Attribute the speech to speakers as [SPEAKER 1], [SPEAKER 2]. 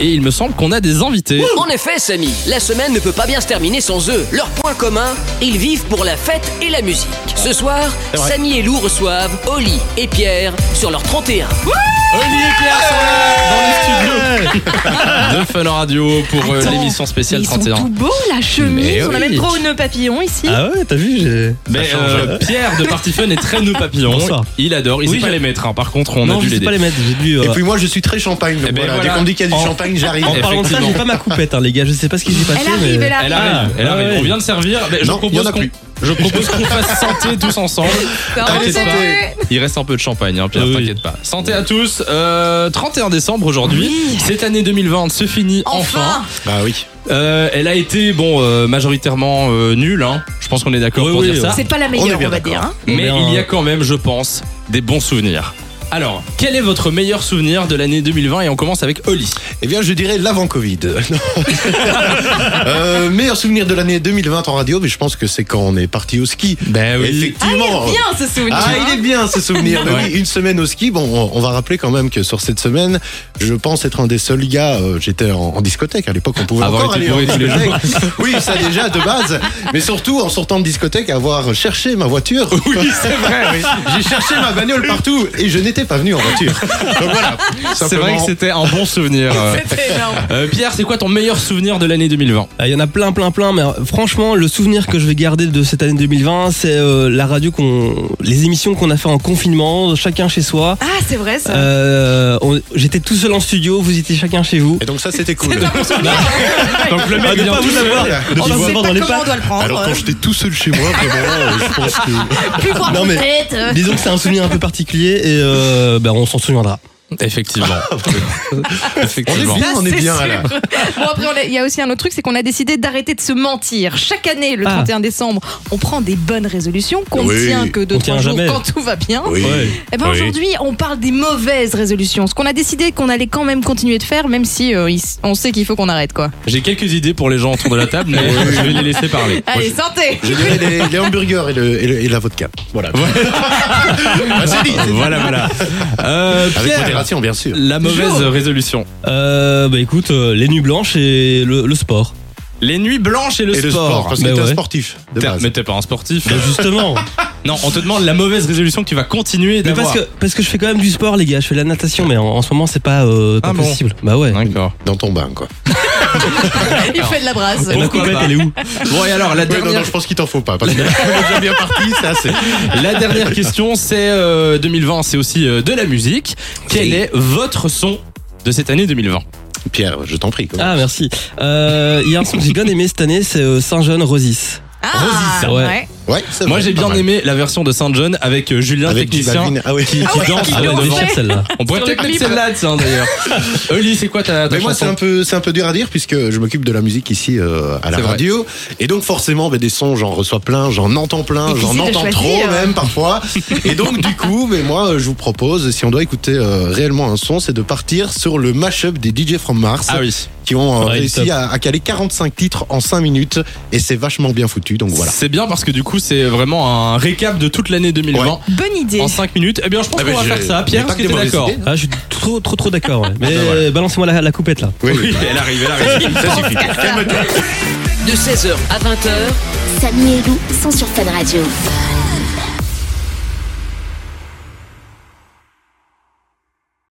[SPEAKER 1] Et il me semble qu'on a des invités.
[SPEAKER 2] En effet, Samy, la semaine ne peut pas bien se terminer sans eux. Leur point commun, ils vivent pour la fête et la musique. Ce soir,
[SPEAKER 1] C'est vrai.
[SPEAKER 2] Samy et Lou reçoivent Oli et Pierre sur leur 31.
[SPEAKER 1] Olivier Pierre sont là dans le studio de Fun Radio pour euh,
[SPEAKER 3] Attends,
[SPEAKER 1] l'émission spéciale
[SPEAKER 3] Ils sont
[SPEAKER 1] 31.
[SPEAKER 3] tout beaux, la chemise.
[SPEAKER 1] Mais
[SPEAKER 3] on a
[SPEAKER 1] oui.
[SPEAKER 3] même trop une papillon ici.
[SPEAKER 4] Ah ouais, t'as vu, j'ai.
[SPEAKER 1] Mais euh, Pierre de Party Fun est très nœud papillon.
[SPEAKER 4] Bonsoir.
[SPEAKER 1] Il adore, il
[SPEAKER 4] Oui,
[SPEAKER 1] sait pas
[SPEAKER 4] je-
[SPEAKER 1] les mettre. hein. Par contre, on
[SPEAKER 4] non,
[SPEAKER 1] a dû
[SPEAKER 4] je sais
[SPEAKER 1] l'aider.
[SPEAKER 4] pas les mettre, j'ai dû. euh,
[SPEAKER 5] Et puis moi je suis très champagne, donc
[SPEAKER 1] Eh ben
[SPEAKER 5] voilà.
[SPEAKER 1] voilà.
[SPEAKER 5] dès qu'on me dit qu'il y a du
[SPEAKER 4] En-
[SPEAKER 5] champagne, j'arrive. Eh
[SPEAKER 4] En parlant de ça, j'ai
[SPEAKER 1] Effectivement.
[SPEAKER 4] pas ma coupette, hein, les gars. Je sais pas ce qui s'est passé.
[SPEAKER 3] Elle arrive,
[SPEAKER 4] mais-
[SPEAKER 3] elle arrive.
[SPEAKER 1] Elle arrive, elle
[SPEAKER 4] Ah,
[SPEAKER 1] arrive.
[SPEAKER 4] ouais.
[SPEAKER 1] On vient de servir. Mais je
[SPEAKER 5] Non, il y en
[SPEAKER 1] propose
[SPEAKER 5] a
[SPEAKER 1] qu'on
[SPEAKER 5] plus.
[SPEAKER 1] je propose qu'on fasse santé tous ensemble.
[SPEAKER 3] Enfin,
[SPEAKER 1] T'inquiète
[SPEAKER 3] on sait
[SPEAKER 1] pas.
[SPEAKER 3] plus.
[SPEAKER 1] Il reste un peu de champagne, hein, Pierre,
[SPEAKER 4] Oui.
[SPEAKER 1] t'inquiète pas. Santé à tous. euh, 31 décembre aujourd'hui. Cette année 2020 se finit enfin.
[SPEAKER 3] Enfin
[SPEAKER 5] Bah oui.
[SPEAKER 1] Euh, elle a été bon euh, majoritairement euh, nulle. Hein. Je pense qu'on est d'accord
[SPEAKER 4] Oui,
[SPEAKER 1] pour
[SPEAKER 4] oui,
[SPEAKER 1] dire
[SPEAKER 4] euh,
[SPEAKER 1] ça.
[SPEAKER 3] Ah. C'est pas la
[SPEAKER 5] On est
[SPEAKER 3] meilleure, on,
[SPEAKER 5] bien
[SPEAKER 3] va
[SPEAKER 5] d'accord.
[SPEAKER 3] dire. hein.
[SPEAKER 1] Mais
[SPEAKER 4] bien,
[SPEAKER 1] il y a
[SPEAKER 4] hein.
[SPEAKER 1] quand même, je pense, des bons souvenirs. Alors, quel est votre meilleur souvenir de l'année 2020 Et on commence avec Oli.
[SPEAKER 5] Eh bien je dirais l'avant-Covid. Non. Euh, meilleur souvenir de l'année 2020 en radio, mais je pense que c'est quand on est parti au ski.
[SPEAKER 1] Ben
[SPEAKER 5] Effectivement.
[SPEAKER 3] Bien ce souvenir.
[SPEAKER 5] Ah, il est bien ce souvenir. Mais oui, une semaine au ski. Bon, on, on va rappeler quand même que sur cette semaine, je pense être un des seuls gars. euh, J'étais en, en discothèque à l'époque. On pouvait
[SPEAKER 1] Avoir
[SPEAKER 5] encore
[SPEAKER 1] été
[SPEAKER 5] aller en
[SPEAKER 1] bourré tous les
[SPEAKER 5] discothèque. Oui, ça déjà de base. Mais surtout en sortant de discothèque, avoir cherché ma voiture. Oui, c'est vrai. J'ai cherché ma bagnole partout et je n'étais pas venu en voiture. Donc voilà.
[SPEAKER 1] C'est vrai
[SPEAKER 5] simplement.
[SPEAKER 1] que c'était un bon souvenir. euh.
[SPEAKER 3] C'était énorme.
[SPEAKER 1] Euh, Pierre, c'est quoi ton meilleur souvenir de l'année 2020
[SPEAKER 4] Ah, Il y en a plein, plein, plein, mais euh, franchement, le souvenir que je vais garder de cette année 2020, c'est euh, la radio qu'on. les émissions qu'on a fait en confinement, chacun chez soi.
[SPEAKER 3] Ah, c'est vrai ça.
[SPEAKER 4] Euh, on- J'étais tout seul en studio, vous étiez chacun chez vous.
[SPEAKER 5] Et donc ça, c'était cool.
[SPEAKER 1] Donc le
[SPEAKER 4] Ah, de pas vous avoir, de
[SPEAKER 3] on
[SPEAKER 4] pas
[SPEAKER 3] ne
[SPEAKER 4] vous
[SPEAKER 3] sait
[SPEAKER 4] avoir
[SPEAKER 3] pas
[SPEAKER 4] dans les
[SPEAKER 3] comment on
[SPEAKER 4] pattes.
[SPEAKER 3] doit le prendre.
[SPEAKER 5] Alors quand j'étais tout seul chez moi, vraiment, euh, je pense que.
[SPEAKER 3] Plus voir
[SPEAKER 4] Non,
[SPEAKER 3] vos
[SPEAKER 4] mais-
[SPEAKER 3] têtes, euh.
[SPEAKER 4] Disons que c'est un souvenir un peu particulier et euh, ben, on s'en souviendra.
[SPEAKER 1] Effectivement.
[SPEAKER 5] On est
[SPEAKER 1] Effectivement.
[SPEAKER 5] bien, on est
[SPEAKER 3] c'est
[SPEAKER 5] bien
[SPEAKER 3] sûr.
[SPEAKER 5] là.
[SPEAKER 3] Bon, après, on a- il y a aussi un autre truc, c'est qu'on a décidé d'arrêter de se mentir. Chaque année, le
[SPEAKER 4] Ah.
[SPEAKER 3] 31 décembre, on prend des bonnes résolutions qu'on
[SPEAKER 5] Oui.
[SPEAKER 3] ne tient que deux,
[SPEAKER 4] On
[SPEAKER 3] trois
[SPEAKER 4] tient
[SPEAKER 3] jours
[SPEAKER 4] jamais.
[SPEAKER 3] quand tout va bien.
[SPEAKER 5] Oui.
[SPEAKER 3] Eh ben
[SPEAKER 5] Oui.
[SPEAKER 3] aujourd'hui, on parle des mauvaises résolutions. Ce qu'on a décidé qu'on allait quand même continuer de faire, même si euh, il- on sait qu'il faut qu'on arrête, quoi.
[SPEAKER 1] J'ai quelques idées pour les gens autour de la table, mais je vais les laisser parler.
[SPEAKER 3] Allez, santé
[SPEAKER 5] Je dirais les, les hamburgers et, le- et le- et la vodka. Voilà. Bah, c'est dit.
[SPEAKER 1] Voilà, voilà. Euh,
[SPEAKER 5] Avec
[SPEAKER 1] Pierre,
[SPEAKER 5] modération, bien sûr.
[SPEAKER 1] la mauvaise
[SPEAKER 3] Toujours.
[SPEAKER 1] résolution.
[SPEAKER 4] Euh, bah écoute, euh, les nuits blanches et le, le sport.
[SPEAKER 1] Les nuits blanches et le
[SPEAKER 5] et le
[SPEAKER 1] sport.
[SPEAKER 5] sport, parce que
[SPEAKER 4] mais
[SPEAKER 5] t'es un
[SPEAKER 4] ouais.
[SPEAKER 5] sportif de
[SPEAKER 1] T'es-
[SPEAKER 5] base.
[SPEAKER 1] Mais t'es pas un sportif.
[SPEAKER 4] Ben, justement.
[SPEAKER 1] Non, on te demande la mauvaise résolution que tu vas continuer
[SPEAKER 4] Mais parce
[SPEAKER 1] d'avoir.
[SPEAKER 4] que, parce que je fais quand même du sport, les gars. Je fais de la natation, mais en, en ce moment, c'est pas, euh, pas
[SPEAKER 1] Ah bon
[SPEAKER 4] possible. Bah ouais.
[SPEAKER 1] D'accord.
[SPEAKER 5] Dans ton bain, quoi.
[SPEAKER 3] Il fait de la brasse.
[SPEAKER 4] Et ma
[SPEAKER 1] Pourquoi
[SPEAKER 4] coupette,
[SPEAKER 1] pas
[SPEAKER 4] elle est où
[SPEAKER 1] Bon, et alors, la
[SPEAKER 5] Ouais, non,
[SPEAKER 1] dernière,
[SPEAKER 5] non, je pense qu'il t'en faut pas. Parce que on est déjà bien parti, ça, c'est.
[SPEAKER 1] la dernière question, c'est euh, 2020, c'est aussi euh, de la musique. Quel est votre son de cette année 2020
[SPEAKER 5] Pierre, je t'en prie. quoi.
[SPEAKER 4] Ah, merci. Euh, Il y a un son que j'ai bien aimé cette année, c'est euh, Saint-Jean Rosis.
[SPEAKER 3] Ah,
[SPEAKER 4] Rosis, ouais.
[SPEAKER 5] Ouais, c'est
[SPEAKER 1] Moi,
[SPEAKER 5] vrai,
[SPEAKER 1] j'ai
[SPEAKER 5] pas
[SPEAKER 1] bien
[SPEAKER 5] mal.
[SPEAKER 1] aimé la version de Saint John avec euh, Julien,
[SPEAKER 5] Avec du
[SPEAKER 1] technicien.
[SPEAKER 5] Balvin. Ah oui.
[SPEAKER 1] Qui, qui danse
[SPEAKER 3] qui
[SPEAKER 1] ouais,
[SPEAKER 4] Elle
[SPEAKER 3] danse.
[SPEAKER 4] est
[SPEAKER 1] devant.
[SPEAKER 4] bien, celle-là.
[SPEAKER 1] On pourrait
[SPEAKER 3] Sur
[SPEAKER 1] peut-être
[SPEAKER 3] le
[SPEAKER 1] mettre
[SPEAKER 3] clip.
[SPEAKER 1] celle-là, tiens, d'ailleurs. Oli, c'est quoi ta, ta
[SPEAKER 5] Mais moi, c'est
[SPEAKER 1] chanson
[SPEAKER 5] un peu, c'est un peu dur à dire puisque je m'occupe de la musique ici euh, à la
[SPEAKER 1] C'est vrai.
[SPEAKER 5] radio, et donc forcément, ben, des sons, j'en reçois plein, j'en entends plein,
[SPEAKER 3] Difficile
[SPEAKER 5] j'en
[SPEAKER 3] de
[SPEAKER 5] entends
[SPEAKER 3] choisir,
[SPEAKER 5] trop
[SPEAKER 3] hein.
[SPEAKER 5] même parfois, et donc du coup, mais moi, euh, je vous propose, si on doit écouter euh, réellement un son, c'est de partir sur le mashup des DJ from Mars
[SPEAKER 1] Ah oui.
[SPEAKER 5] qui ont euh,
[SPEAKER 4] Ouais,
[SPEAKER 5] réussi
[SPEAKER 4] top.
[SPEAKER 5] à, à caler 45 titres en 5 minutes, et c'est vachement bien foutu, donc voilà.
[SPEAKER 1] C'est bien parce que du coup, c'est vraiment un récap de toute l'année 2020
[SPEAKER 5] Ouais.
[SPEAKER 3] Bonne idée.
[SPEAKER 1] en 5 minutes. Eh bien, je pense
[SPEAKER 5] Ah
[SPEAKER 1] qu'on
[SPEAKER 5] ben,
[SPEAKER 1] va
[SPEAKER 5] j'ai-
[SPEAKER 1] faire ça.
[SPEAKER 5] j'ai
[SPEAKER 1] Pierre,
[SPEAKER 5] pas
[SPEAKER 1] est-ce que t'es
[SPEAKER 5] que des mauvaises
[SPEAKER 1] d'accord
[SPEAKER 5] idées.
[SPEAKER 4] Ah, je suis trop, trop, trop d'accord. ouais. Mais euh,
[SPEAKER 5] ben voilà.
[SPEAKER 4] balancez-moi la, la coupette, là.
[SPEAKER 5] Oui, oui.
[SPEAKER 1] Elle arrive, elle arrive.
[SPEAKER 5] ça suffit.
[SPEAKER 2] De 16h à 20h,
[SPEAKER 6] Samy et Lou sont sur Fun Radio.